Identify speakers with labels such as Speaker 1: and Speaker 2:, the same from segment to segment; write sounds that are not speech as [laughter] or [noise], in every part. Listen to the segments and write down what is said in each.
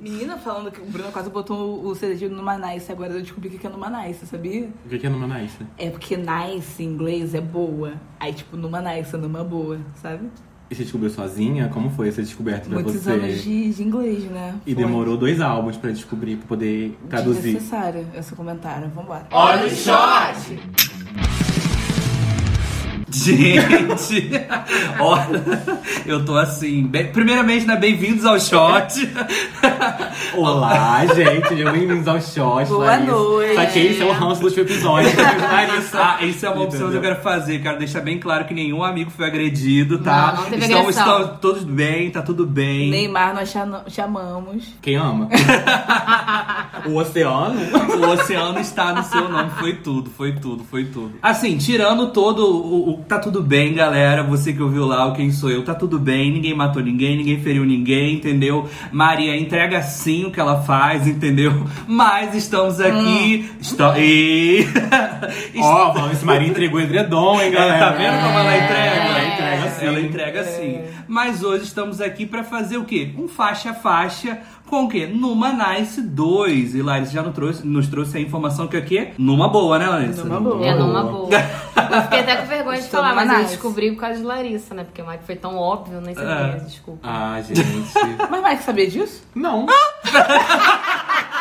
Speaker 1: Menina falando que o Bruno quase botou o CD de numa Nice, agora eu descobri o que que é numa Nice, sabia?
Speaker 2: O que que é numa nice?
Speaker 1: É porque nice em inglês é boa. Aí, tipo, numa nice, numa boa, sabe?
Speaker 2: E você descobriu sozinha? Como foi essa descoberta pra
Speaker 1: Muitos
Speaker 2: você?
Speaker 1: anos de, de inglês, né?
Speaker 2: E demorou dois álbuns pra descobrir, pra poder traduzir.
Speaker 1: Desnecessário esse comentário, vambora.
Speaker 3: Olha o shot!
Speaker 4: Gente, olha, eu tô assim. bem- primeiramente, né? Bem-vindos ao shot. [laughs]
Speaker 2: Olá, gente, meu bem-vindos ao Shot.
Speaker 1: Boa
Speaker 2: Larissa.
Speaker 1: noite.
Speaker 2: Só que esse é o ranço do último
Speaker 4: [laughs]
Speaker 2: episódio. Larissa.
Speaker 4: Ah, isso é uma opção que eu
Speaker 2: Entendeu?
Speaker 4: quero fazer. Quero deixar bem claro que nenhum amigo foi agredido, tá?
Speaker 3: Não, não teve
Speaker 4: estamos,
Speaker 3: agressão.
Speaker 4: estamos todos bem, tá tudo bem.
Speaker 1: Neymar nós chama- chamamos.
Speaker 2: Quem
Speaker 4: [laughs]
Speaker 2: ama? o oceano?
Speaker 4: O oceano está no seu nome. Foi tudo, foi tudo, foi tudo. Assim, tirando todo o, o- Tá tudo bem, galera. Você que ouviu lá, o Quem Sou Eu, tá tudo bem. Ninguém matou ninguém, ninguém feriu ninguém, entendeu? Maria entrega sim o que ela faz, entendeu? Mas estamos aqui.
Speaker 1: Hum.
Speaker 4: Está... E...
Speaker 2: Ó, falando esse Maria entregou edredom, hein,
Speaker 4: Ela
Speaker 2: galera?
Speaker 4: tá vendo como ela
Speaker 1: É.
Speaker 4: entrega?
Speaker 2: Ela entrega sim.
Speaker 4: Ela entrega sim. Mas hoje estamos aqui pra fazer o quê? Um faixa a faixa com o quê? Numa Nice 2. E Larissa já nos trouxe, nos trouxe a informação que aqui é numa boa, né, Larissa?
Speaker 1: Numa boa.
Speaker 3: É numa boa. Eu fiquei até com vergonha de
Speaker 1: Estou
Speaker 3: falar,
Speaker 1: numa
Speaker 3: mas eu
Speaker 1: nice.
Speaker 3: descobri por causa de Larissa, né? Porque o Mike foi tão óbvio, eu nem sabia,
Speaker 4: É.
Speaker 3: desculpa.
Speaker 2: Ah, gente.
Speaker 1: Mas Mike sabia disso?
Speaker 2: Não. Ah! [laughs]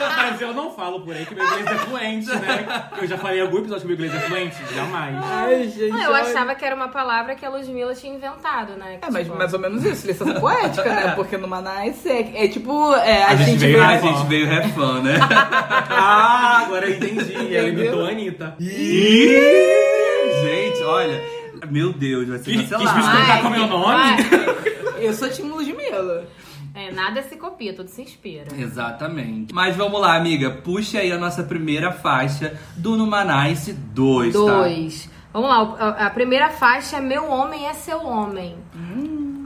Speaker 2: Mas eu não falo por aí que meu inglês é fluente, né? Eu já falei em algum episódio que meu inglês é fluente. Jamais.
Speaker 1: Ai, gente.
Speaker 3: Não, eu achava que era uma palavra que a Ludmilla tinha inventado, né? Que,
Speaker 1: É, mas
Speaker 3: tipo,
Speaker 1: mais ou menos isso, licença [laughs] poética, né? Porque numa nice é, é tipo. é, a,
Speaker 2: A gente
Speaker 1: gente
Speaker 2: veio
Speaker 1: vê-
Speaker 4: Ah, a
Speaker 2: mais-
Speaker 4: gente veio refã, né?
Speaker 2: Ah, agora eu [laughs] entendi. Ela imitou a Anitta.
Speaker 4: Ih, gente, olha. Meu Deus, vai ser
Speaker 2: Quis- quis
Speaker 4: cancelado.
Speaker 2: biscoito.
Speaker 3: Mike,
Speaker 2: cantar com meu nome?
Speaker 3: Mike.
Speaker 1: Eu sou time Ludmilla.
Speaker 3: É, nada se copia, tudo se inspira.
Speaker 4: Exatamente. Mas vamos lá, amiga. Puxa aí a nossa primeira faixa do Numa Nice 2, tá?
Speaker 3: Dois. Vamos lá, o- a- a primeira faixa é Meu Homem é Seu Homem.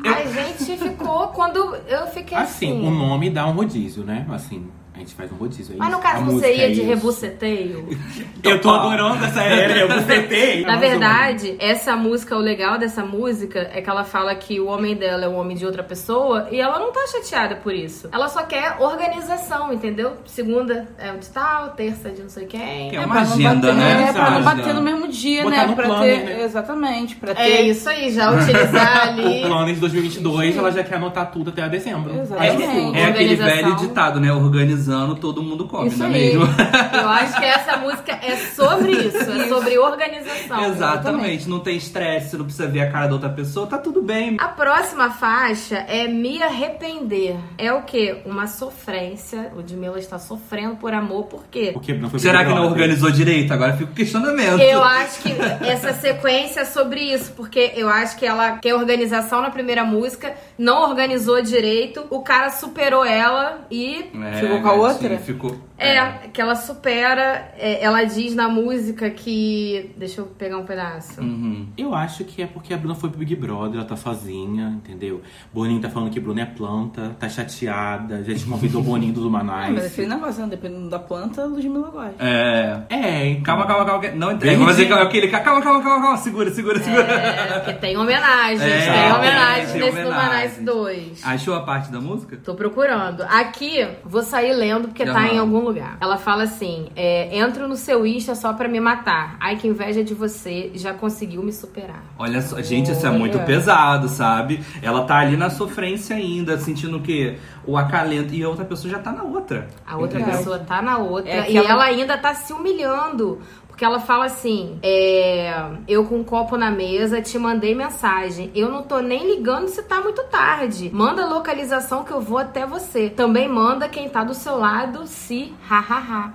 Speaker 3: A gente ficou quando eu fiquei assim.
Speaker 2: Hum. Assim, o nome dá um rodízio, né? Assim, a gente faz um rodízio. É
Speaker 3: Mas no
Speaker 2: isso. A
Speaker 3: caso
Speaker 2: música
Speaker 3: você ia
Speaker 2: é
Speaker 3: de
Speaker 2: isso.
Speaker 3: rebuceteio?
Speaker 2: Eu tô adorando essa era, eu [laughs] bucetei.
Speaker 3: Na verdade, essa música, o legal dessa música é que ela fala que o homem dela é o homem de outra pessoa e ela não tá chateada por isso. Ela só quer organização, entendeu? Segunda é o de tal, terça é de não sei quem.
Speaker 4: É
Speaker 1: É
Speaker 4: uma
Speaker 1: pra não
Speaker 4: agenda,
Speaker 1: bater-
Speaker 4: né?
Speaker 1: É, pra não
Speaker 2: Sabe?
Speaker 1: bater no mesmo dia,
Speaker 2: Botar
Speaker 1: né?
Speaker 2: no
Speaker 1: pra
Speaker 2: planner,
Speaker 1: ter.
Speaker 2: né?
Speaker 1: Exatamente, pra ter.
Speaker 3: É isso aí, já utilizar ali.
Speaker 2: [laughs] O plano é de 2022, ela já quer anotar tudo até dezembro.
Speaker 1: Exatamente.
Speaker 4: É aquele
Speaker 3: Organização.
Speaker 4: velho ditado, né? Organizando, todo mundo come,
Speaker 1: Isso
Speaker 4: não é
Speaker 1: aí.
Speaker 4: mesmo?
Speaker 3: Eu acho que essa música é sobre isso, é sobre organização.
Speaker 4: [laughs] Exatamente. Não tem estresse, não precisa ver a cara da outra pessoa, tá tudo bem.
Speaker 3: A próxima faixa é Me Arrepender. É o quê? Uma sofrência. O Dmila está sofrendo por amor, por quê?
Speaker 2: Porque não foi
Speaker 4: Será que não
Speaker 2: Brother.
Speaker 4: organizou direito? Agora fica o questionamento. É,
Speaker 3: Eu acho que essa sequência é sobre isso, porque eu acho que ela quer organização na primeira música, não organizou direito, o cara superou ela e
Speaker 4: É,
Speaker 1: Ficou com a outra?
Speaker 4: Sim, ficou.
Speaker 3: É, que ela supera, é, ela diz na música que. Deixa eu pegar um pedaço.
Speaker 4: Uhum.
Speaker 2: Eu acho que é porque a Bruna foi pro Big Brother, ela tá sozinha, entendeu? Boninho tá falando que Bruna é planta, tá chateada, já desconvidou o Boninho do
Speaker 1: Ah, mas
Speaker 3: assim
Speaker 2: Manais.
Speaker 1: esse negócio, né? dependendo da planta, Ludmilla gosta.
Speaker 4: É.
Speaker 2: É, então.
Speaker 4: Calma, calma, calma. que- Não entrega.
Speaker 2: Bem
Speaker 4: Mas é
Speaker 2: ridículo.
Speaker 4: aquele. ca- Calma, calma, calma, calma. Segura, segura, segura.
Speaker 3: É, porque tem homenagens,
Speaker 4: É,
Speaker 3: tem homenagens
Speaker 4: tem
Speaker 3: nesse
Speaker 4: homenagens.
Speaker 3: Numanice 2.
Speaker 4: Achou a parte da música?
Speaker 3: Tô procurando. Aqui, vou sair lendo porque tá
Speaker 4: Aham.
Speaker 3: em algum lugar. Ela fala assim: é, entro no seu Insta só pra me matar. Ai, que inveja de você, já conseguiu me superar.
Speaker 4: Olha só, gente, isso é
Speaker 1: Olha.
Speaker 4: muito pesado, sabe? Ela tá ali na sofrência ainda, sentindo que o acalento. E a outra pessoa já tá na outra.
Speaker 3: A outra
Speaker 4: Uhum.
Speaker 1: Verdade.
Speaker 3: pessoa tá na outra
Speaker 1: É
Speaker 3: e
Speaker 1: aquela-
Speaker 3: ela ainda tá se humilhando. Porque ela fala assim: é, eu com um copo na mesa te mandei mensagem. Eu não tô nem ligando se tá muito tarde. Manda a localização que eu vou até você. Também manda quem tá do seu lado se hahaha.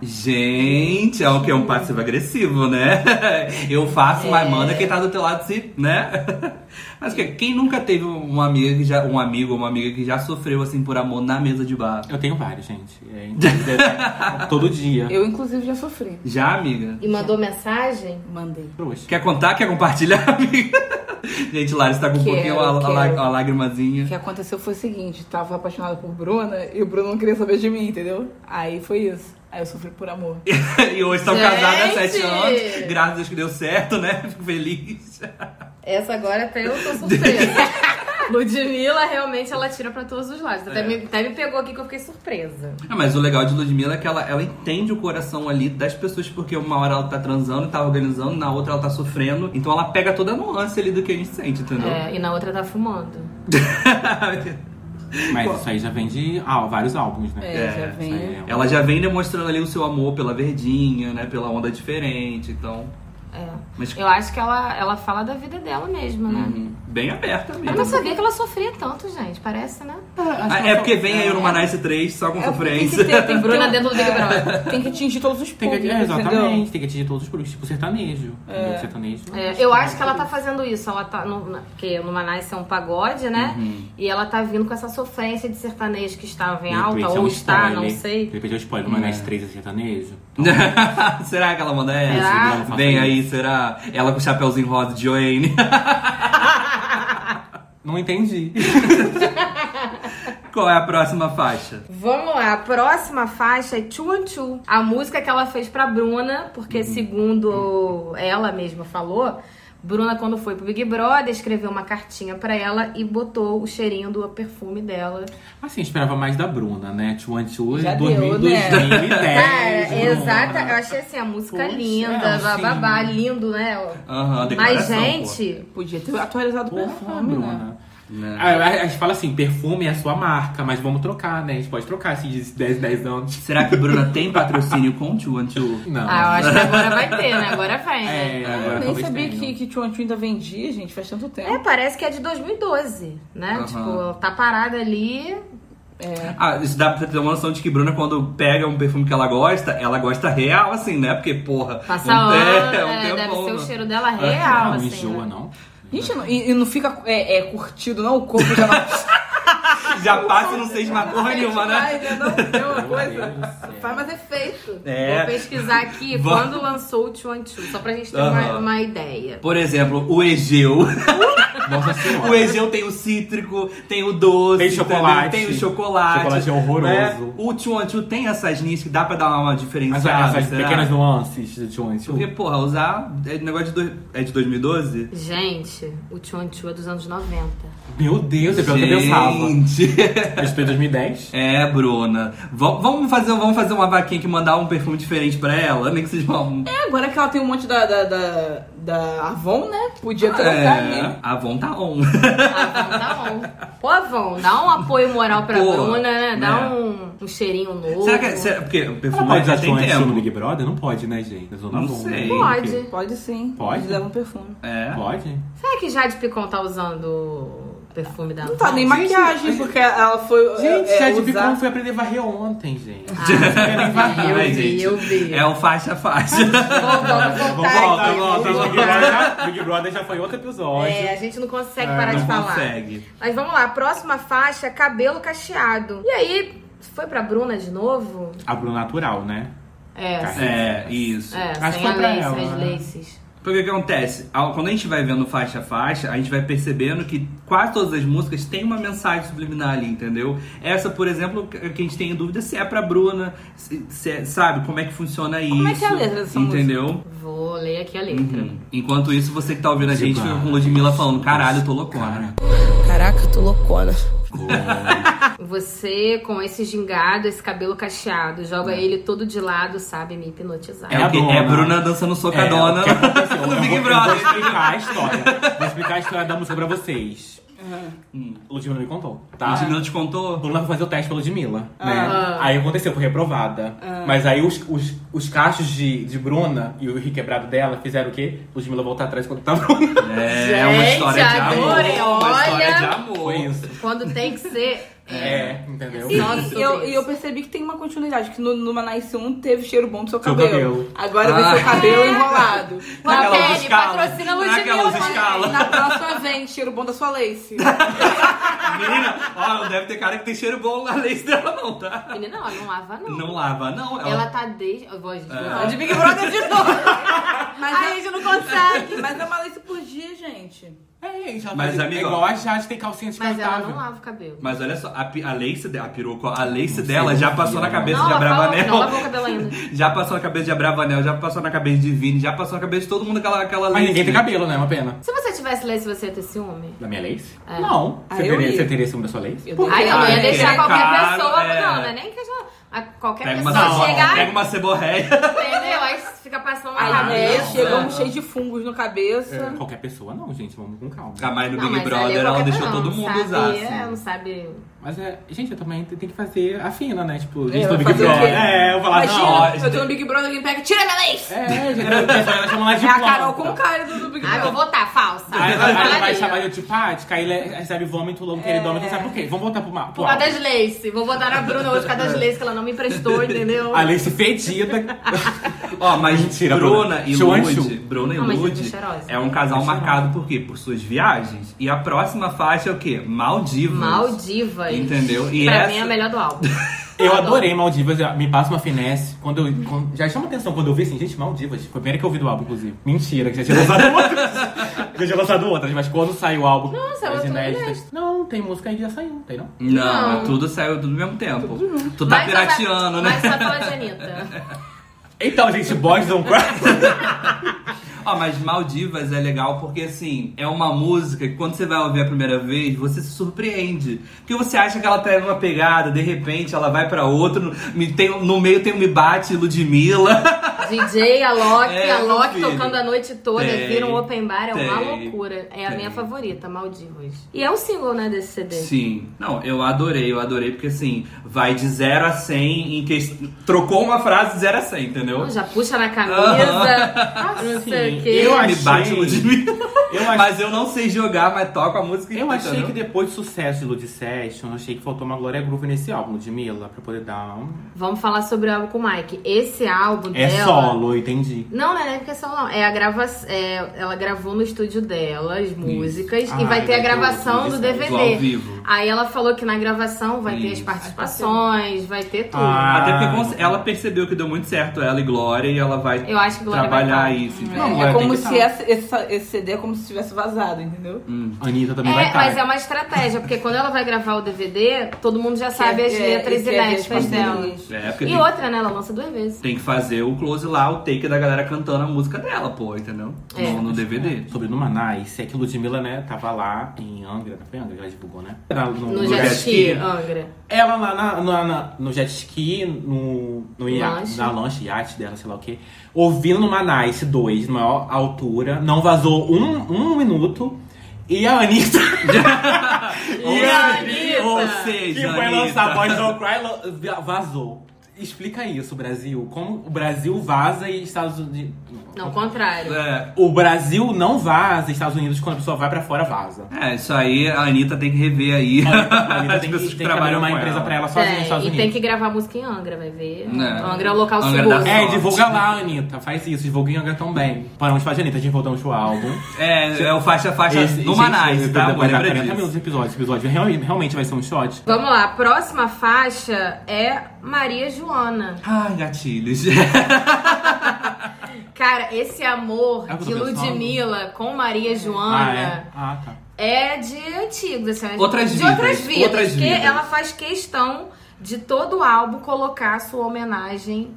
Speaker 4: Gente, é o que? É um passivo agressivo, né? [laughs] Eu faço,
Speaker 3: É.
Speaker 4: mas manda quem tá do teu lado se, né? [laughs] Mas que, quem nunca teve uma amiga que já. Um amigo ou uma amiga que já sofreu assim por amor na mesa de bar?
Speaker 2: Eu tenho vários, gente. É, então, deve- [laughs] todo dia.
Speaker 1: Eu, inclusive, já sofri.
Speaker 4: Já, amiga?
Speaker 3: E mandou mensagem?
Speaker 1: Mandei.
Speaker 2: Trouxa.
Speaker 4: Quer contar? Quer compartilhar, [laughs] amiga? Gente, Larissa tá com um
Speaker 1: Quero,
Speaker 4: pouquinho a, a,
Speaker 1: quero.
Speaker 4: a lágrimazinha.
Speaker 1: O que aconteceu foi o seguinte, tava apaixonada por Bruna e o Bruno não queria saber de mim, entendeu? Aí foi isso. Aí eu sofri por
Speaker 2: [laughs]
Speaker 1: amor.
Speaker 4: [laughs] E hoje estão casados há sete
Speaker 3: Gente!
Speaker 4: anos. Graças a [laughs] Deus que deu certo, né? Fico feliz.
Speaker 3: [laughs] Essa agora até eu tô surpresa. Ludmilla, realmente, ela tira pra todos os lados. Até,
Speaker 4: É.
Speaker 3: me, até me pegou aqui que eu fiquei surpresa.
Speaker 4: Ah, mas o legal de Ludmilla é que ela, ela entende o coração ali das pessoas, porque uma hora ela tá transando, tá organizando, na outra ela tá sofrendo. Então ela pega toda a nuance ali do que a gente sente, entendeu?
Speaker 3: É, e na outra tá fumando.
Speaker 2: Mas isso aí já vem de ah, vários álbuns, né?
Speaker 1: É, já vem.
Speaker 2: isso aí é um-
Speaker 4: [laughs] ela já vem demonstrando ali o seu amor pela verdinha, né? Pela onda diferente, então.
Speaker 3: É.
Speaker 4: Mas
Speaker 3: Eu acho que ela, ela fala da vida dela mesmo, né?
Speaker 4: uhum, bem aberta
Speaker 3: Eu não
Speaker 1: Uhum.
Speaker 4: mesmo.
Speaker 3: sabia que ela sofria tanto, gente. Parece, né?
Speaker 4: Ah, é porque vem aí numa Nice 3 só com
Speaker 1: É,
Speaker 4: sofrência. [laughs]
Speaker 1: Tem que ter, tem que ter
Speaker 3: Bruna
Speaker 1: um-
Speaker 3: dentro do Big
Speaker 1: é,
Speaker 3: Brother.
Speaker 1: Tem que atingir todos os
Speaker 2: Tem
Speaker 1: públicos,
Speaker 2: que, é,
Speaker 1: entendeu?
Speaker 2: exatamente, tem que atingir todos os grupos, tipo sertanejo. entendeu? sertanejo
Speaker 3: É, eu acho que ela tá fazendo isso. Ela tá. No, na- porque no Manais é um pagode, né?
Speaker 1: Uhum.
Speaker 3: E ela tá vindo com essa sofrência de sertanejo que estava em
Speaker 2: De repente
Speaker 3: alta,
Speaker 2: é um
Speaker 3: ou está, não
Speaker 2: spoiler. De
Speaker 3: sei.
Speaker 2: repente é um spoiler, mas nas três é sertanejo.
Speaker 4: será que ela manda
Speaker 3: Será?
Speaker 4: essa? Vem aí, será? Ela com o chapéuzinho rosa de Joanne.
Speaker 2: Não entendi.
Speaker 4: [laughs] Qual é a próxima faixa?
Speaker 3: Vamos lá, a próxima faixa é Two and Two. A música que ela fez pra Bruna,
Speaker 2: Uhum.
Speaker 3: porque segundo ela mesma falou, Bruna, quando foi pro Big Brother, escreveu uma cartinha pra ela e botou o cheirinho do perfume dela.
Speaker 2: Assim, eu esperava mais da Bruna, né? Two and Two,
Speaker 1: Já
Speaker 2: 2000,
Speaker 1: deu, né?
Speaker 2: 2010.
Speaker 3: Cara,
Speaker 2: É, Bruna.
Speaker 3: exata. Eu achei assim, a música
Speaker 2: Poxa,
Speaker 3: linda,
Speaker 2: é,
Speaker 3: bababá,
Speaker 2: assim.
Speaker 3: lindo, né?
Speaker 4: Aham, a
Speaker 3: Mas,
Speaker 4: declaração. pô.
Speaker 3: gente,
Speaker 1: Podia ter atualizado o
Speaker 2: Porra,
Speaker 1: perfume, né?
Speaker 2: Bruna.
Speaker 4: Né?
Speaker 2: Ah, A, a gente fala assim, perfume é a sua marca, mas vamos trocar, né? A gente pode trocar assim de 10, 10 anos.
Speaker 4: Será que a Bruna tem patrocínio com o Tio
Speaker 2: Não.
Speaker 3: Ah, eu acho que agora vai ter, né? Agora vai, né?
Speaker 2: [laughs] é, agora
Speaker 1: Eu nem
Speaker 2: talvez
Speaker 1: sabia
Speaker 2: tenha.
Speaker 1: que, que Tio Antio ainda vendia, gente, faz tanto
Speaker 3: É.
Speaker 1: tempo.
Speaker 3: parece que é de 2012, né?
Speaker 4: Aham.
Speaker 3: Tipo, ela tá parada ali.
Speaker 4: Ah, isso dá pra ter uma noção de que Bruna, quando pega um perfume que ela gosta, ela gosta real, assim, né? Porque, porra,
Speaker 3: Passa
Speaker 4: um
Speaker 3: ano,
Speaker 4: te-
Speaker 3: né?
Speaker 4: um
Speaker 3: deve
Speaker 4: tempão,
Speaker 3: ser o
Speaker 4: né?
Speaker 3: cheiro dela
Speaker 2: Ah,
Speaker 3: real,
Speaker 2: não
Speaker 3: assim.
Speaker 2: enjoa,
Speaker 3: né?
Speaker 2: não.
Speaker 1: Gente, não- e, e não fica é, é, curtido, não? O corpo
Speaker 2: [laughs]
Speaker 1: já não...
Speaker 4: Já passa e não sei esmagar porra nenhuma, né?
Speaker 1: Ai, já não tem uma
Speaker 4: [laughs]
Speaker 2: Meu
Speaker 1: é coisa.
Speaker 2: Deus do céu.
Speaker 1: Faz mais efeito.
Speaker 4: É.
Speaker 3: Vou
Speaker 4: [laughs]
Speaker 3: pesquisar aqui
Speaker 4: Vamos.
Speaker 3: quando lançou o Two and Two, só pra gente ter
Speaker 4: Aham.
Speaker 3: uma, uma ideia.
Speaker 4: Por exemplo, o Egeu.
Speaker 2: [laughs] Nossa
Speaker 4: O
Speaker 2: senhora.
Speaker 4: Egeu tem o cítrico, tem o doce,
Speaker 2: Tem chocolate.
Speaker 4: entendeu? tem o chocolate.
Speaker 2: Chocolate é horroroso.
Speaker 4: Né? O Tio tem essas linhas que dá pra dar uma
Speaker 2: Mas
Speaker 4: diferenciada.
Speaker 2: olha, essas
Speaker 4: será?
Speaker 2: pequenas nuances de Two and Two.
Speaker 4: Porque, porra, usar. É negócio de. dois- É de 2012?
Speaker 3: Gente, o Two and Two é dos anos 90.
Speaker 4: [laughs]
Speaker 2: Meu Deus, é pelo que eu pensava.
Speaker 4: Gente. [laughs]
Speaker 2: Eu estudei em 2010.
Speaker 4: É, Bruna. V- vamos, fazer, um, vamos fazer uma vaquinha que mandar um perfume diferente pra ela? Nem que seja um.
Speaker 1: É, agora que ela tem um monte da, da, da, da Avon, né?
Speaker 2: Ah,
Speaker 1: Podia trocar
Speaker 2: é.
Speaker 1: ali.
Speaker 4: a Von tá on.
Speaker 3: Avon, dá um. Pô, Avon, dá um apoio moral pra
Speaker 4: Pô,
Speaker 3: Bruna, né? Dá
Speaker 4: né?
Speaker 3: um, um cheirinho novo.
Speaker 4: Será que. é- Será, porque o
Speaker 2: Ela
Speaker 4: perfume
Speaker 2: pode
Speaker 4: já
Speaker 2: usar Two
Speaker 4: tem
Speaker 2: and Two no
Speaker 4: tempo.
Speaker 2: Big Brother? Não pode, né, gente? Na Zona
Speaker 4: Não
Speaker 2: Sul, né?
Speaker 4: sei.
Speaker 3: Pode.
Speaker 1: Pode sim.
Speaker 2: Pode?
Speaker 1: Eles levam perfume.
Speaker 4: É.
Speaker 2: Pode?
Speaker 3: Será que Jade Picon tá usando o perfume da
Speaker 1: Não tá nem
Speaker 2: Gente,
Speaker 1: maquiagem,
Speaker 2: gente,
Speaker 1: porque ela foi.
Speaker 2: Gente,
Speaker 1: é,
Speaker 2: é,
Speaker 1: é,
Speaker 2: Jade
Speaker 1: usar-
Speaker 2: Picon foi aprender a varrer ontem, gente. [laughs]
Speaker 3: Ah, eu
Speaker 4: Ai,
Speaker 3: vi,
Speaker 4: gente,
Speaker 3: eu vi.
Speaker 4: É o faixa a faixa.
Speaker 3: Vamos
Speaker 4: Volta,
Speaker 3: voltar aqui.
Speaker 4: volta,
Speaker 2: Big Brother, já, Big Brother já foi outro episódio.
Speaker 3: É, a gente não consegue parar
Speaker 4: não
Speaker 3: de falar.
Speaker 4: consegue.
Speaker 3: Mas vamos lá, a próxima faixa é cabelo cacheado. E aí, foi pra Bruna de novo?
Speaker 2: A Bruna Natural, né?
Speaker 3: É,
Speaker 2: Cara,
Speaker 3: sem-
Speaker 4: É, isso.
Speaker 3: é
Speaker 2: acho que
Speaker 3: sem
Speaker 2: foi
Speaker 3: a
Speaker 2: pra
Speaker 3: lace,
Speaker 2: ela,
Speaker 3: as
Speaker 2: né?
Speaker 3: laces.
Speaker 4: Porque o que acontece? Ao- Quando a gente vai vendo faixa a faixa, a gente vai percebendo que quase todas as músicas têm uma mensagem subliminar ali, entendeu? Essa, por exemplo, que que a gente tem dúvida se é pra Bruna, se, se é- sabe, como é que funciona isso.
Speaker 1: Como é que é a letra dessa
Speaker 4: Entendeu?
Speaker 3: Vou ler aqui a letra.
Speaker 4: Uhum. Enquanto isso, você que tá ouvindo a
Speaker 2: é
Speaker 4: gente fica com Ludmilla falando, caralho, eu tô loucona.
Speaker 5: Caraca, eu tô loucona.
Speaker 3: Você, com esse gingado, esse cabelo cacheado, joga ele todo de lado, sabe me hipnotizar.
Speaker 4: É,
Speaker 2: a
Speaker 4: o que?
Speaker 2: dona.
Speaker 4: É a Bruna dançando socadona
Speaker 2: o que
Speaker 4: [laughs]
Speaker 2: aconteceu?
Speaker 4: no
Speaker 2: Eu
Speaker 4: Big
Speaker 2: vou-
Speaker 4: Brother.
Speaker 2: Eu vou explicar a história. Vou explicar a história da música pra vocês. Hum, Ludmilla me contou, tá?
Speaker 4: Ludmilla te contou?
Speaker 2: Lula foi fazer o teste pra Ludmilla, né? Aí aconteceu, foi reprovada. Mas aí os, os, os cachos de, de Bruna e o requebrado dela fizeram o quê? Ludmilla voltar atrás quando [laughs] tá Bruna.
Speaker 4: É, é uma
Speaker 3: Gente,
Speaker 4: história de amor. é
Speaker 3: adorei,
Speaker 4: Uma história de
Speaker 3: olha.
Speaker 4: amor.
Speaker 2: Foi isso.
Speaker 3: Quando tem que ser.
Speaker 2: É, entendeu?
Speaker 1: E,
Speaker 3: Nossa,
Speaker 1: e eu,
Speaker 3: sobre
Speaker 1: e eu percebi que tem uma continuidade, que no, no Manais 1 teve cheiro bom do seu
Speaker 2: Seu
Speaker 1: cabelo.
Speaker 2: cabelo.
Speaker 1: Agora vai ser o
Speaker 2: [laughs]
Speaker 4: Ah.
Speaker 1: cabelo enrolado.
Speaker 4: Será que ela usa
Speaker 3: Matéria,
Speaker 4: escala?
Speaker 3: patrocina
Speaker 4: Será que ela
Speaker 3: Ludmilla,
Speaker 4: usa
Speaker 3: mano.
Speaker 4: escala?
Speaker 1: Na próxima vem, cheiro bom da sua lace.
Speaker 4: Menina, ó, não deve ter cara que tem cheiro bom na lace dela, não, tá?
Speaker 3: Menina, ela não lava, não.
Speaker 4: Não lava, não. Ela,
Speaker 3: Ela tá desde. Eu vou, gente,
Speaker 1: Não,
Speaker 2: É.
Speaker 3: vou-
Speaker 1: de Big Brother de novo. Mas
Speaker 3: Ai, a gente não consegue.
Speaker 1: é, mas é uma lace por dia, gente.
Speaker 2: É, gente, ela
Speaker 4: Mas,
Speaker 2: fazia-
Speaker 4: amiga,
Speaker 2: é igual a Jade tem calcinha
Speaker 3: Mas ela não
Speaker 2: descartável.
Speaker 3: lava o cabelo.
Speaker 4: Mas olha só, a, pi- a lace dela, a peruca, ó, a lace
Speaker 2: Não
Speaker 4: dela
Speaker 2: sei,
Speaker 4: já
Speaker 2: não
Speaker 4: passou na
Speaker 2: sabia,
Speaker 4: cabeça
Speaker 3: não,
Speaker 4: de
Speaker 3: ela fala-
Speaker 4: Abravanel.
Speaker 3: não lavou o cabelo ainda.
Speaker 4: [laughs] Já passou na cabeça de Abravanel, já passou na cabeça de Vini, já passou na cabeça de todo mundo aquela, aquela
Speaker 2: Mas
Speaker 4: lace,
Speaker 2: ninguém tem
Speaker 4: né?
Speaker 2: cabelo, né? Uma pena.
Speaker 3: Se você tiver tivesse Lace, você ia ter ciúme?
Speaker 2: Da minha lace?
Speaker 3: É.
Speaker 2: Não.
Speaker 1: Ah,
Speaker 2: Você
Speaker 1: eu
Speaker 2: teria,
Speaker 1: ia.
Speaker 2: você teria ciúme da sua lace?
Speaker 1: Eu
Speaker 2: Por
Speaker 1: dou-
Speaker 2: quê?
Speaker 3: Aí eu
Speaker 4: Ah,
Speaker 3: ia
Speaker 4: é
Speaker 3: deixar
Speaker 4: que é
Speaker 3: qualquer
Speaker 4: caro,
Speaker 3: pessoa.
Speaker 4: é.
Speaker 3: Não, não é nem questão. a- Qualquer
Speaker 4: Pega uma,
Speaker 3: pessoa
Speaker 2: Não,
Speaker 4: cebola, [laughs]
Speaker 3: chegar,
Speaker 4: pega uma ceborreia.
Speaker 3: entendeu? Aí fica passando na
Speaker 1: Aí
Speaker 2: Ah, É.
Speaker 1: né,
Speaker 2: não.
Speaker 3: cabeça.
Speaker 1: chegamos cheio de fungos na cabeça.
Speaker 2: Qualquer pessoa não, gente. Vamos com calma.
Speaker 4: A mãe do
Speaker 3: Não,
Speaker 4: Big
Speaker 3: mas ali é
Speaker 4: Brother, ela
Speaker 3: qualquer
Speaker 4: deixou
Speaker 3: pessoa,
Speaker 4: todo
Speaker 3: não
Speaker 4: mundo
Speaker 3: sabe,
Speaker 4: usar,
Speaker 3: é, Não
Speaker 4: assim.
Speaker 3: sabe.
Speaker 2: Mas, é, gente, eu também tem que fazer a fina, né? Tipo,
Speaker 1: É,
Speaker 2: gente, tô
Speaker 1: vai
Speaker 2: Big
Speaker 1: fazer o
Speaker 2: Brother.
Speaker 1: quê?
Speaker 2: É, eu vou falar,
Speaker 1: Imagina,
Speaker 2: não, ó,
Speaker 1: eu tô no Big Brother, alguém pega, tira minha lace!
Speaker 2: É, gente, a pessoa chama lá de
Speaker 1: É a
Speaker 2: planta.
Speaker 1: Carol com o cara do, do Big
Speaker 3: Ah, vou
Speaker 1: Brother.
Speaker 3: votar, falsa.
Speaker 2: Aí ela, aí ela vai
Speaker 3: Falaria.
Speaker 2: chamar de tipática, aí ele recebe vômito, logo que ele dorme, não sabe por quê. Vamos voltar pro mapa.
Speaker 3: Por causa das lace. Vou votar na Bruna hoje por causa
Speaker 4: É.
Speaker 3: das lace que ela não me
Speaker 4: [laughs]
Speaker 3: emprestou, entendeu?
Speaker 2: A Alice fedida.
Speaker 4: Ó, mas
Speaker 2: Mentira,
Speaker 4: Bruna
Speaker 2: Bruna.
Speaker 4: e
Speaker 2: Chuan
Speaker 4: Lude,
Speaker 2: Chu.
Speaker 4: Bruna e
Speaker 3: Não, mas
Speaker 4: Lude
Speaker 3: é cheirosa.
Speaker 4: é um casal marcado por quê? Por suas viagens. E a próxima faixa é o quê? Maldivas.
Speaker 3: Maldivas.
Speaker 4: Entendeu? E
Speaker 3: pra
Speaker 4: essa-
Speaker 3: mim é a melhor
Speaker 4: [laughs]
Speaker 3: do álbum.
Speaker 2: Eu adorei Maldivas, já- me passa uma finesse. Quando eu, quando- já chama atenção quando eu vi assim, gente, Maldivas. Foi a primeira que eu ouvi do álbum, inclusive. Mentira, que já tinha
Speaker 3: [laughs]
Speaker 2: lançado outras. Já tinha lançado outras, mas quando saiu o álbum.
Speaker 3: Não, saiu
Speaker 2: as
Speaker 3: tudo
Speaker 2: inéditas. Não, tem música aí que já saiu, tem não?
Speaker 4: Não,
Speaker 3: Não.
Speaker 4: é tudo saiu tudo ao mesmo tempo. Tu tá
Speaker 3: Mas só-
Speaker 4: pirateando, né?
Speaker 3: Mas só fala de Anitta.
Speaker 2: Então, gente, Boys Don't
Speaker 3: [laughs]
Speaker 2: Cry.
Speaker 4: [laughs] Ó, mas Maldivas é legal porque, assim, é uma música que quando você vai ouvir a primeira vez, você se surpreende. Porque você acha que ela tá em uma pegada, de repente ela vai pra outra, no, me- tem, no meio tem um Me Bate Ludmilla. [laughs]
Speaker 3: DJ, a Loki,
Speaker 4: É,
Speaker 3: a
Speaker 4: meu
Speaker 3: Loki
Speaker 4: filho.
Speaker 3: tocando a noite toda,
Speaker 4: Tem,
Speaker 3: vira um open bar, é uma
Speaker 4: tem,
Speaker 3: loucura. É a
Speaker 4: tem.
Speaker 3: minha favorita, Maldivas. E é um single, né, desse CD.
Speaker 4: Sim. Não, eu adorei, eu adorei porque, assim, vai de 0 a 100 em que... Trocou uma frase de 0 a 100, entendeu?
Speaker 3: Não, Então, Já puxa na
Speaker 4: Ah,
Speaker 3: camisa, não sei o quê.
Speaker 2: eu
Speaker 4: Me
Speaker 2: achei-
Speaker 4: Bate Ludmilla. [laughs]
Speaker 2: Eu achei-
Speaker 4: Mas eu não sei jogar, mas toco a música
Speaker 2: Eu
Speaker 4: inteira,
Speaker 2: achei que
Speaker 4: entendeu?
Speaker 3: né?
Speaker 2: depois do sucesso de Lud Session, eu achei que faltou uma Glória Groove nesse álbum, Ludmilla, pra poder dar um.
Speaker 3: Vamos falar sobre o álbum com o Mike. Esse álbum
Speaker 2: É
Speaker 3: dela...
Speaker 2: solo, entendi.
Speaker 3: Não, não é nem porque é solo, não. É a grava... é, ela gravou no estúdio dela as músicas
Speaker 2: Ah,
Speaker 3: e vai ter a
Speaker 2: vai ter
Speaker 3: gravação
Speaker 2: outro, isso
Speaker 3: do
Speaker 2: aí,
Speaker 3: DVD.
Speaker 4: Ao vivo.
Speaker 3: Aí ela falou que na gravação vai ter as
Speaker 4: Isso.
Speaker 3: participações, vai ter tudo.
Speaker 2: Ah.
Speaker 4: Até porque cons- ela percebeu que deu muito certo ela e Glória e ela vai
Speaker 3: Eu acho que Glória vai
Speaker 4: trabalhar
Speaker 3: estar.
Speaker 4: isso. entendeu?
Speaker 2: Não,
Speaker 1: é
Speaker 2: Agora tem
Speaker 1: como
Speaker 2: que
Speaker 1: se
Speaker 2: tá.
Speaker 1: essa- essa- esse CD é como se tivesse vazado, entendeu?
Speaker 4: hum,
Speaker 2: Anitta também vai
Speaker 3: É,
Speaker 2: estar.
Speaker 3: mas é uma estratégia, porque quando ela vai gravar o DVD, todo mundo já sabe as
Speaker 1: é,
Speaker 3: letras
Speaker 1: esse
Speaker 3: e
Speaker 1: é as
Speaker 3: letras dela.
Speaker 1: parcerias.
Speaker 4: É, porque
Speaker 3: E
Speaker 4: tem,
Speaker 3: outra, né? Ela lança duas vezes.
Speaker 4: tem que fazer o close lá, o take da galera cantando a música dela, pô, entendeu?
Speaker 3: É.
Speaker 4: No, no DVD.
Speaker 2: Sobre no Maná, e se é que Ludmilla, né, tava lá em Angra, não foi Angra que ela divulgou, né? Era no,
Speaker 3: No
Speaker 2: no
Speaker 3: jet
Speaker 4: jet
Speaker 3: ski,
Speaker 4: ski.
Speaker 3: Angra.
Speaker 2: Ela lá na- na- na- no jet ski, no, no ia-
Speaker 3: Lanche.
Speaker 2: na lanche, iate dela, sei lá o quê. Ouvindo no Maná esse dois, na maior altura, não vazou um, um minuto. E a Anitta,
Speaker 4: Ou
Speaker 2: Yeah,
Speaker 4: seja- Ou seja,
Speaker 2: que foi
Speaker 4: Anitta.
Speaker 2: lançar Boys Don't Cry, lo- vazou. Explica isso, Brasil. Como o Brasil vaza e Estados Unidos...
Speaker 3: Não, o contrário.
Speaker 4: É.
Speaker 2: O Brasil não vaza, Estados Unidos, quando a pessoa vai pra fora, vaza.
Speaker 4: É, isso aí a Anitta tem que rever aí.
Speaker 2: É, A
Speaker 4: [laughs]
Speaker 2: Anitta tem, que- tem que abrir uma
Speaker 4: com
Speaker 2: empresa pra ela sozinha nos
Speaker 3: É,
Speaker 2: Estados
Speaker 3: e tem
Speaker 2: Unidos.
Speaker 3: que gravar música em Angra, vai ver.
Speaker 4: É.
Speaker 3: Angra é o local
Speaker 4: Angra
Speaker 3: seguro.
Speaker 4: dá-
Speaker 2: É,
Speaker 4: Sorte.
Speaker 2: divulga lá, Anitta. Faz isso, divulga em Angra também. Paramos de fazer, Anitta, a gente voltamos pro álbum. assim,
Speaker 4: É, é o faixa faixa
Speaker 2: Esse-
Speaker 4: no
Speaker 2: gente,
Speaker 4: Manais, tá?
Speaker 2: Vai dar
Speaker 4: Lembra
Speaker 2: 40
Speaker 4: disso.
Speaker 2: minutos de episódio. Esse episódio real- realmente vai ser um shot.
Speaker 3: Vamos lá, a próxima faixa é Maria Joana.
Speaker 4: Ai, gatilhos.
Speaker 3: Cara, esse amor
Speaker 2: É o que
Speaker 3: de
Speaker 2: eu tô pensando.
Speaker 3: Ludmilla com Maria
Speaker 2: Ah,
Speaker 3: Joana
Speaker 2: é? Ah, tá.
Speaker 3: é? de antigos, assim, é
Speaker 4: Outras
Speaker 3: de
Speaker 4: vidas,
Speaker 3: outras vidas.
Speaker 4: outras
Speaker 3: porque
Speaker 4: vidas.
Speaker 3: ela faz questão de todo o álbum colocar sua homenagem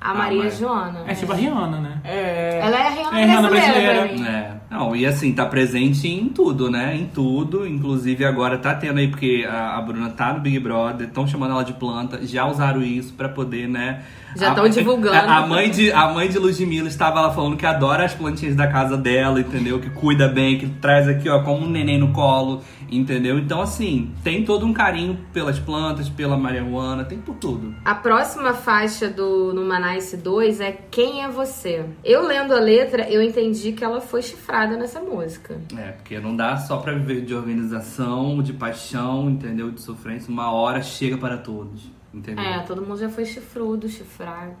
Speaker 3: a
Speaker 2: Ah,
Speaker 3: Maria
Speaker 2: mas-
Speaker 3: Joana.
Speaker 2: É tipo a Rihanna, né?
Speaker 1: É.
Speaker 3: Ela é a Rihanna
Speaker 2: É a Rihanna
Speaker 3: brasileira, pra
Speaker 2: brasileira.
Speaker 3: mim.
Speaker 4: É. Não, e assim, tá presente em tudo, né? Em tudo. Inclusive agora tá tendo aí, porque a, a Bruna tá no Big Brother, estão chamando ela de planta, já usaram isso pra poder, né?
Speaker 3: Já
Speaker 4: A-
Speaker 3: tão divulgando.
Speaker 4: A, a mãe de, a mãe de Ludmilla estava lá falando que adora as plantinhas da casa dela, entendeu? Que cuida bem, que traz aqui, ó, como um neném no colo, entendeu? Então, assim, tem todo um carinho pelas plantas, pela marihuana, tem por tudo.
Speaker 3: A próxima faixa do No Manice 2 é Quem é Você? Eu lendo a letra, eu entendi que ela foi chifrada nessa música.
Speaker 4: É, porque não dá só pra viver de organização, de paixão, entendeu? De sofrência. Uma hora chega para todos, entendeu?
Speaker 3: É, todo mundo já foi chifrudo, chifrado.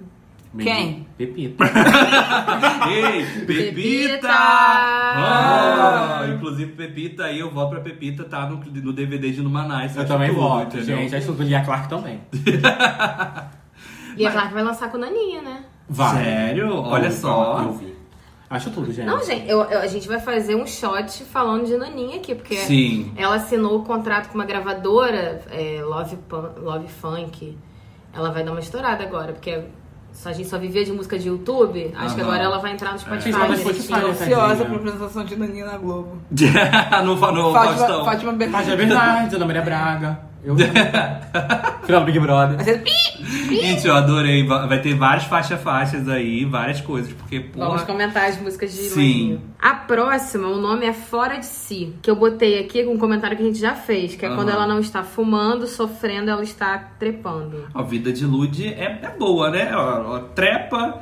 Speaker 1: Quem?
Speaker 2: Pepita.
Speaker 3: [laughs]
Speaker 4: Ei,
Speaker 3: Pepita!
Speaker 4: Pepita! Ah, inclusive, Pepita aí, eu voto pra Pepita, tá no, no DVD de Numanais.
Speaker 2: Eu também
Speaker 4: tudo,
Speaker 2: voto,
Speaker 4: entendeu?
Speaker 2: gente. Acho que o Lia Clark também.
Speaker 3: E a Clark vai lançar com Naninha, né?
Speaker 2: Vai.
Speaker 4: Sério? Olha
Speaker 2: Eu-
Speaker 4: só.
Speaker 2: Eu vi. Acho tudo, gente.
Speaker 3: Não, gente, eu- eu- a gente vai fazer um shot falando de Naninha aqui, porque é
Speaker 4: Sim. [laughs]
Speaker 3: ela assinou o contrato com uma gravadora, é, Love, Pun- Love Funk. Ela vai dar uma estourada agora, porque Só, a gente só vivia de música de YouTube. Acho que
Speaker 4: Aham.
Speaker 3: agora ela vai entrar
Speaker 4: É.
Speaker 3: no Spotify. assim.
Speaker 2: Gente, tá no
Speaker 3: nesse
Speaker 2: Spotify,
Speaker 3: estilo.
Speaker 2: essa
Speaker 1: Ansiosa
Speaker 2: tadinha.
Speaker 1: pra apresentação de Nani na Globo.
Speaker 4: no no
Speaker 1: Fátima,
Speaker 4: Faustão.
Speaker 3: um-
Speaker 1: Fátima Bernardes.
Speaker 2: Mas é verdade, Ana Maria Braga. Eu. Final do Big Brother.
Speaker 1: Mas é- Ih!
Speaker 4: Gente, eu adorei. Va- Vai ter várias faixa-faixas aí, várias coisas. Porque,
Speaker 3: Vamos
Speaker 4: porra,
Speaker 3: comentar as músicas de
Speaker 4: Sim.
Speaker 3: Sim. A próxima, o nome é Fora de Si, que eu botei aqui com um comentário que a gente já fez, que é quando
Speaker 4: Aham.
Speaker 3: ela não está fumando, sofrendo, ela está trepando.
Speaker 4: a vida de Lud é, é boa, né? Ela, ela trepa,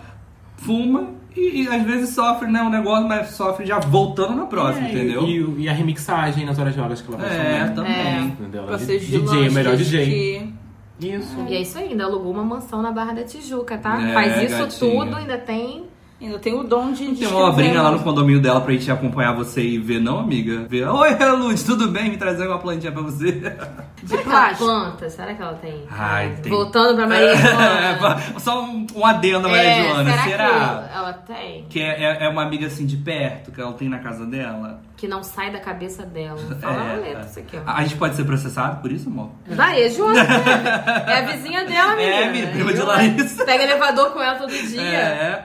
Speaker 4: fuma e, e às vezes sofre, né? O negócio, mas sofre já voltando na próxima,
Speaker 2: É,
Speaker 4: entendeu?
Speaker 2: E, o- e a remixagem nas horas vagas que ela faz
Speaker 4: É,
Speaker 2: também.
Speaker 4: também.
Speaker 2: Entendeu? Ela
Speaker 1: Pra
Speaker 2: de-
Speaker 1: ser
Speaker 2: DJ, é melhor DJ.
Speaker 1: que-
Speaker 2: Isso.
Speaker 3: E é isso aí, ainda alugou uma mansão na Barra da Tijuca, tá?
Speaker 4: É,
Speaker 3: Faz isso
Speaker 4: gatinha.
Speaker 3: tudo, ainda tem.
Speaker 1: Ainda tem o dom de.
Speaker 4: Tem
Speaker 1: descrever.
Speaker 4: uma obrinha lá no condomínio dela pra gente acompanhar você e ver, não, amiga? Ver, Oi, Lud, tudo bem? Me trazer uma plantinha pra você.
Speaker 1: De
Speaker 3: Será que ela
Speaker 1: plástico.
Speaker 3: planta? Será que ela tem?
Speaker 4: Ai, tem.
Speaker 3: Voltando
Speaker 4: [laughs]
Speaker 3: pra Maria Joana.
Speaker 4: [laughs] É, Só um, um adendo, Maria
Speaker 3: É,
Speaker 4: Joana.
Speaker 3: será,
Speaker 4: Será?
Speaker 3: que ela tem?
Speaker 4: Que é, é- é uma amiga assim de perto que ela tem na casa dela?
Speaker 3: Que não sai da cabeça dela. Fala
Speaker 4: É,
Speaker 3: a letra,
Speaker 4: é.
Speaker 3: isso aqui, ó.
Speaker 4: A, a gente pode ser processado por isso, amor?
Speaker 3: Maria
Speaker 4: [laughs]
Speaker 3: Joana, né? é a vizinha dela, menina.
Speaker 4: É, menina, prima de
Speaker 3: Eu-
Speaker 4: Larissa.
Speaker 3: Pega elevador com ela todo dia.
Speaker 4: É.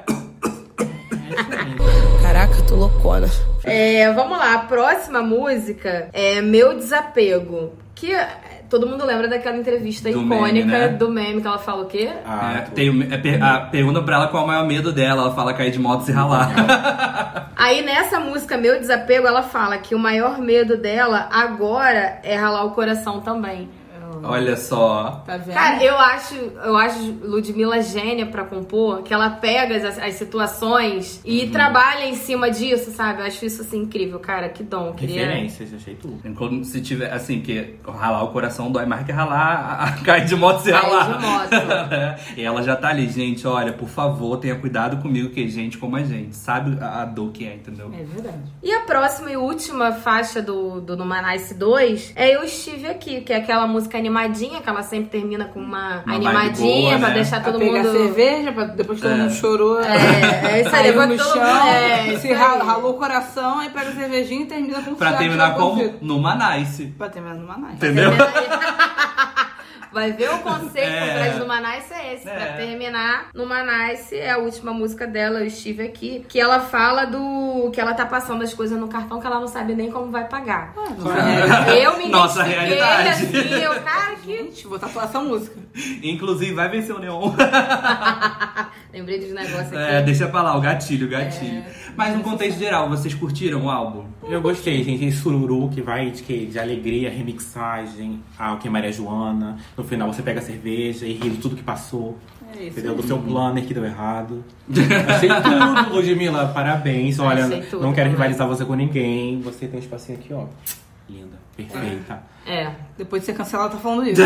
Speaker 5: Caraca, tu loucona.
Speaker 3: É, vamos lá, a próxima música é Meu Desapego, que eh, todo mundo lembra daquela entrevista
Speaker 4: Do
Speaker 3: icônica
Speaker 4: meme, né?
Speaker 3: do meme que ela fala o quê?
Speaker 2: Ah,
Speaker 4: É, tem, o- é per- a, pergunta pra ela qual é o maior medo dela. Ela fala cair de moto e se ralar.
Speaker 3: Aí nessa música Meu Desapego, ela fala que o maior medo dela agora é ralar o coração também.
Speaker 4: Olha só.
Speaker 1: Tá vendo?
Speaker 3: Cara, eu acho, eu acho Ludmilla gênia pra compor, que ela pega as, as situações e
Speaker 4: Uhum.
Speaker 3: trabalha em cima disso, sabe? Eu acho isso assim incrível, cara, que é. dom. eu Queria...
Speaker 2: Referências, achei tudo.
Speaker 4: Quando se tiver, assim, porque ralar o coração dói mais que ralar, a, a, [laughs] cair de moto e se
Speaker 3: Cair de
Speaker 4: ralar.
Speaker 3: moto.
Speaker 4: [laughs] e ela já tá ali, gente, olha, por favor, tenha cuidado comigo, que gente como a gente. Sabe a, a dor que é, entendeu?
Speaker 1: É verdade.
Speaker 3: E a próxima e última faixa do, do Numa Nice 2 é Eu Estive Aqui, que é aquela música animadinha, que ela sempre termina com uma,
Speaker 4: Uma vibe
Speaker 3: animadinha
Speaker 4: boa,
Speaker 3: pra
Speaker 4: né?
Speaker 3: deixar
Speaker 1: Pra
Speaker 3: todo
Speaker 1: pegar
Speaker 3: mundo.
Speaker 1: cerveja, pra depois todo mundo chorou.
Speaker 3: É,
Speaker 1: [laughs]
Speaker 3: é isso aí,
Speaker 1: Caiu
Speaker 3: levanta
Speaker 1: no
Speaker 3: todo
Speaker 1: chão,
Speaker 3: mundo. É, isso
Speaker 1: se
Speaker 3: aí.
Speaker 1: rala- ralou o coração, aí pega a cervejinha e termina com o
Speaker 4: Pra
Speaker 1: fiado
Speaker 4: terminar
Speaker 1: na
Speaker 4: como?
Speaker 1: convida.
Speaker 4: Numa nice.
Speaker 1: Pra terminar numa night.
Speaker 4: Entendeu?
Speaker 3: Vai ver o conceito
Speaker 4: É.
Speaker 3: por trás do Manice é esse. Pra
Speaker 4: É.
Speaker 3: terminar, no Manice é a última música dela, Eu Estive Aqui, que ela fala do... que ela tá passando as coisas no cartão que ela não sabe nem como vai
Speaker 1: [laughs]
Speaker 3: pagar. Eu me
Speaker 4: Nossa
Speaker 3: identifiquei,
Speaker 4: realidade.
Speaker 3: Assim, eu, cara, que...
Speaker 1: Gente, vou tatuar essa música.
Speaker 4: Inclusive, vai vencer o Neon.
Speaker 3: Lembrei de um negócio aqui.
Speaker 4: [laughs] É, deixa pra lá, o gatilho, o gatilho.
Speaker 3: É.
Speaker 4: Mas no contexto geral, vocês curtiram o álbum?
Speaker 2: Eu gostei, gente. Esse sururu que vai de, que, de alegria, remixagem, ao que é Maria Joana. No final você pega a cerveja e ri de tudo que passou.
Speaker 1: É isso.
Speaker 2: Entendeu? Do seu planner que deu errado. Achei tudo, Ludmilla. Parabéns. Olha,
Speaker 3: Achei tudo,
Speaker 2: não quero
Speaker 3: né?
Speaker 2: rivalizar você com ninguém. Você tem um espacinho aqui, ó. Linda, perfeita.
Speaker 3: É.
Speaker 1: Depois de ser cancelado, tá falando isso.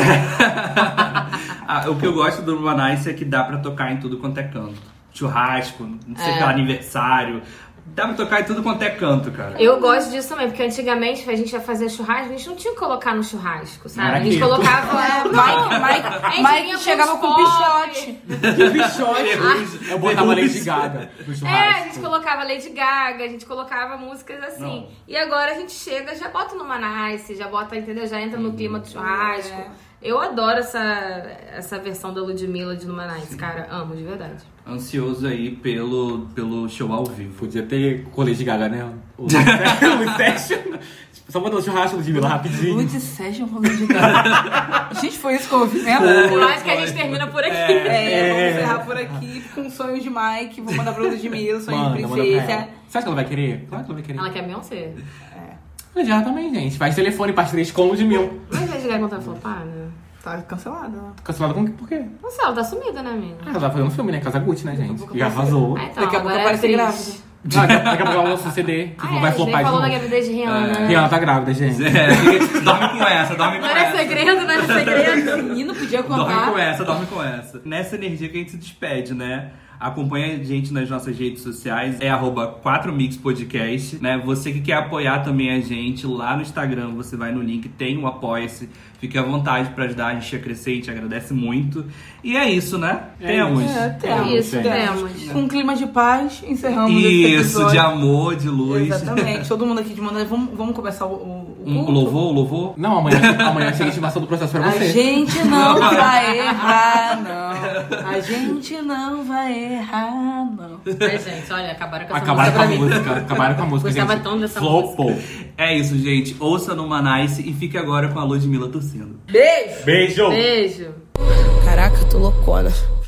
Speaker 4: Ah, o que eu gosto do Manice é que dá pra tocar em tudo quanto é canto. Churrasco, não sei o que lá, aniversário. Dá pra tocar em tudo quanto é canto, cara.
Speaker 3: Eu gosto disso também, porque antigamente a gente ia fazer churrasco, a gente não tinha que colocar no churrasco, sabe? A gente
Speaker 2: Maravilha.
Speaker 3: colocava.
Speaker 1: [laughs]
Speaker 3: é, Não,
Speaker 1: Mike-
Speaker 3: a gente
Speaker 1: Mike
Speaker 3: vinha os
Speaker 1: chegava com um
Speaker 3: pobres.
Speaker 1: pichote.
Speaker 2: Que bichote! um Eu botava
Speaker 4: Ferrugem.
Speaker 2: Lady Gaga no
Speaker 3: É,
Speaker 2: churrasco.
Speaker 3: a gente colocava Lady Gaga, a gente colocava músicas assim.
Speaker 4: Não.
Speaker 3: E agora a gente chega, já bota no Manice, já bota, entendeu? Já entra no clima do churrasco. Eu adoro essa, essa versão da Ludmilla de Numa Nice, cara. Amo, de verdade.
Speaker 4: Ansioso aí pelo, pelo show ao vivo. [laughs]
Speaker 2: Podia ter com Lady Gaga, [laughs] né? O, o session. Só botar o churrasco Ludmilla rapidinho.
Speaker 1: Lud Session com Lud [laughs] Gaga. Gente, foi isso que eu ouvi, né?
Speaker 3: Eu acho que a gente termina por aqui.
Speaker 1: É, vamos encerrar por aqui com sonhos de Mike. Vou mandar pra Ludmilla, sonho de
Speaker 2: Manda, manda pra ela.
Speaker 1: princesa.
Speaker 2: é. Você acha que ela vai querer? Claro que ela vai querer.
Speaker 3: Ela quer Beyoncé.
Speaker 2: Mas Já também, gente. Faz telefone, parte 3 com Ludmilla.
Speaker 3: Mas Lady Gaga não tá flopada?
Speaker 1: Tá cancelada, né?
Speaker 2: Cancelado com por quê?
Speaker 3: Não sei, ela tá sumida, né, amiga?
Speaker 2: Ah, ela vai fazer um filme, né? Casa Gucci, né, gente? Já vazou.
Speaker 3: Ah,
Speaker 2: Ah,
Speaker 3: então,
Speaker 1: Daqui a pouco
Speaker 3: agora é
Speaker 1: aparece
Speaker 3: atriz.
Speaker 1: grávida.
Speaker 2: Daqui a daqui a pouco ela lança um CD que
Speaker 3: Ah, é,
Speaker 2: vai
Speaker 3: a gente nem
Speaker 2: flopar de
Speaker 3: falou da
Speaker 2: novo.
Speaker 3: gravidez de Rihanna. né?
Speaker 2: E ela tá grávida, gente.
Speaker 4: É, fica- dorme com essa, dorme com
Speaker 3: Não era
Speaker 4: essa.
Speaker 3: segredo, não era
Speaker 1: É,
Speaker 3: segredo.
Speaker 1: Menino assim, podia
Speaker 4: Dorme com
Speaker 1: contar.
Speaker 4: essa, dorme com essa. Nessa energia que a gente se despede, né? Acompanha a gente nas nossas redes sociais, é arroba 4Mix Podcast, né? Você que quer apoiar também a gente lá no Instagram, você vai no link, tem o Apoia-se, fique à vontade pra ajudar a gente a crescer, a gente agradece muito. E é isso, né?
Speaker 2: É
Speaker 4: Temos.
Speaker 1: É,
Speaker 3: É
Speaker 1: temos.
Speaker 3: Isso,
Speaker 2: gente.
Speaker 3: temos.
Speaker 1: Com um clima de paz, encerramos esse
Speaker 4: Isso,
Speaker 1: episódio.
Speaker 4: de amor, de luz.
Speaker 1: Exatamente. Todo mundo aqui de Manaus. Vamos, vamos começar o, o, o
Speaker 4: Um
Speaker 1: culto?
Speaker 4: louvor, louvor.
Speaker 2: Não, amanhã, amanhã chega a intimação do processo pra
Speaker 1: A
Speaker 2: você.
Speaker 1: gente não vai errar, não.
Speaker 3: A
Speaker 1: A gente não vai errar, não.
Speaker 3: Ai, gente, olha, acabaram com essa
Speaker 2: Acabaram com a
Speaker 3: música pra mim.
Speaker 2: música, acabaram com a música,
Speaker 3: Gostava
Speaker 2: gente.
Speaker 3: tanto dessa
Speaker 2: Flopou.
Speaker 4: É isso, gente. Ouça no Manice e fique agora com a Ludmilla torcendo.
Speaker 1: Beijo!
Speaker 2: Beijo!
Speaker 3: Beijo.
Speaker 6: Caraca, eu tô loucona.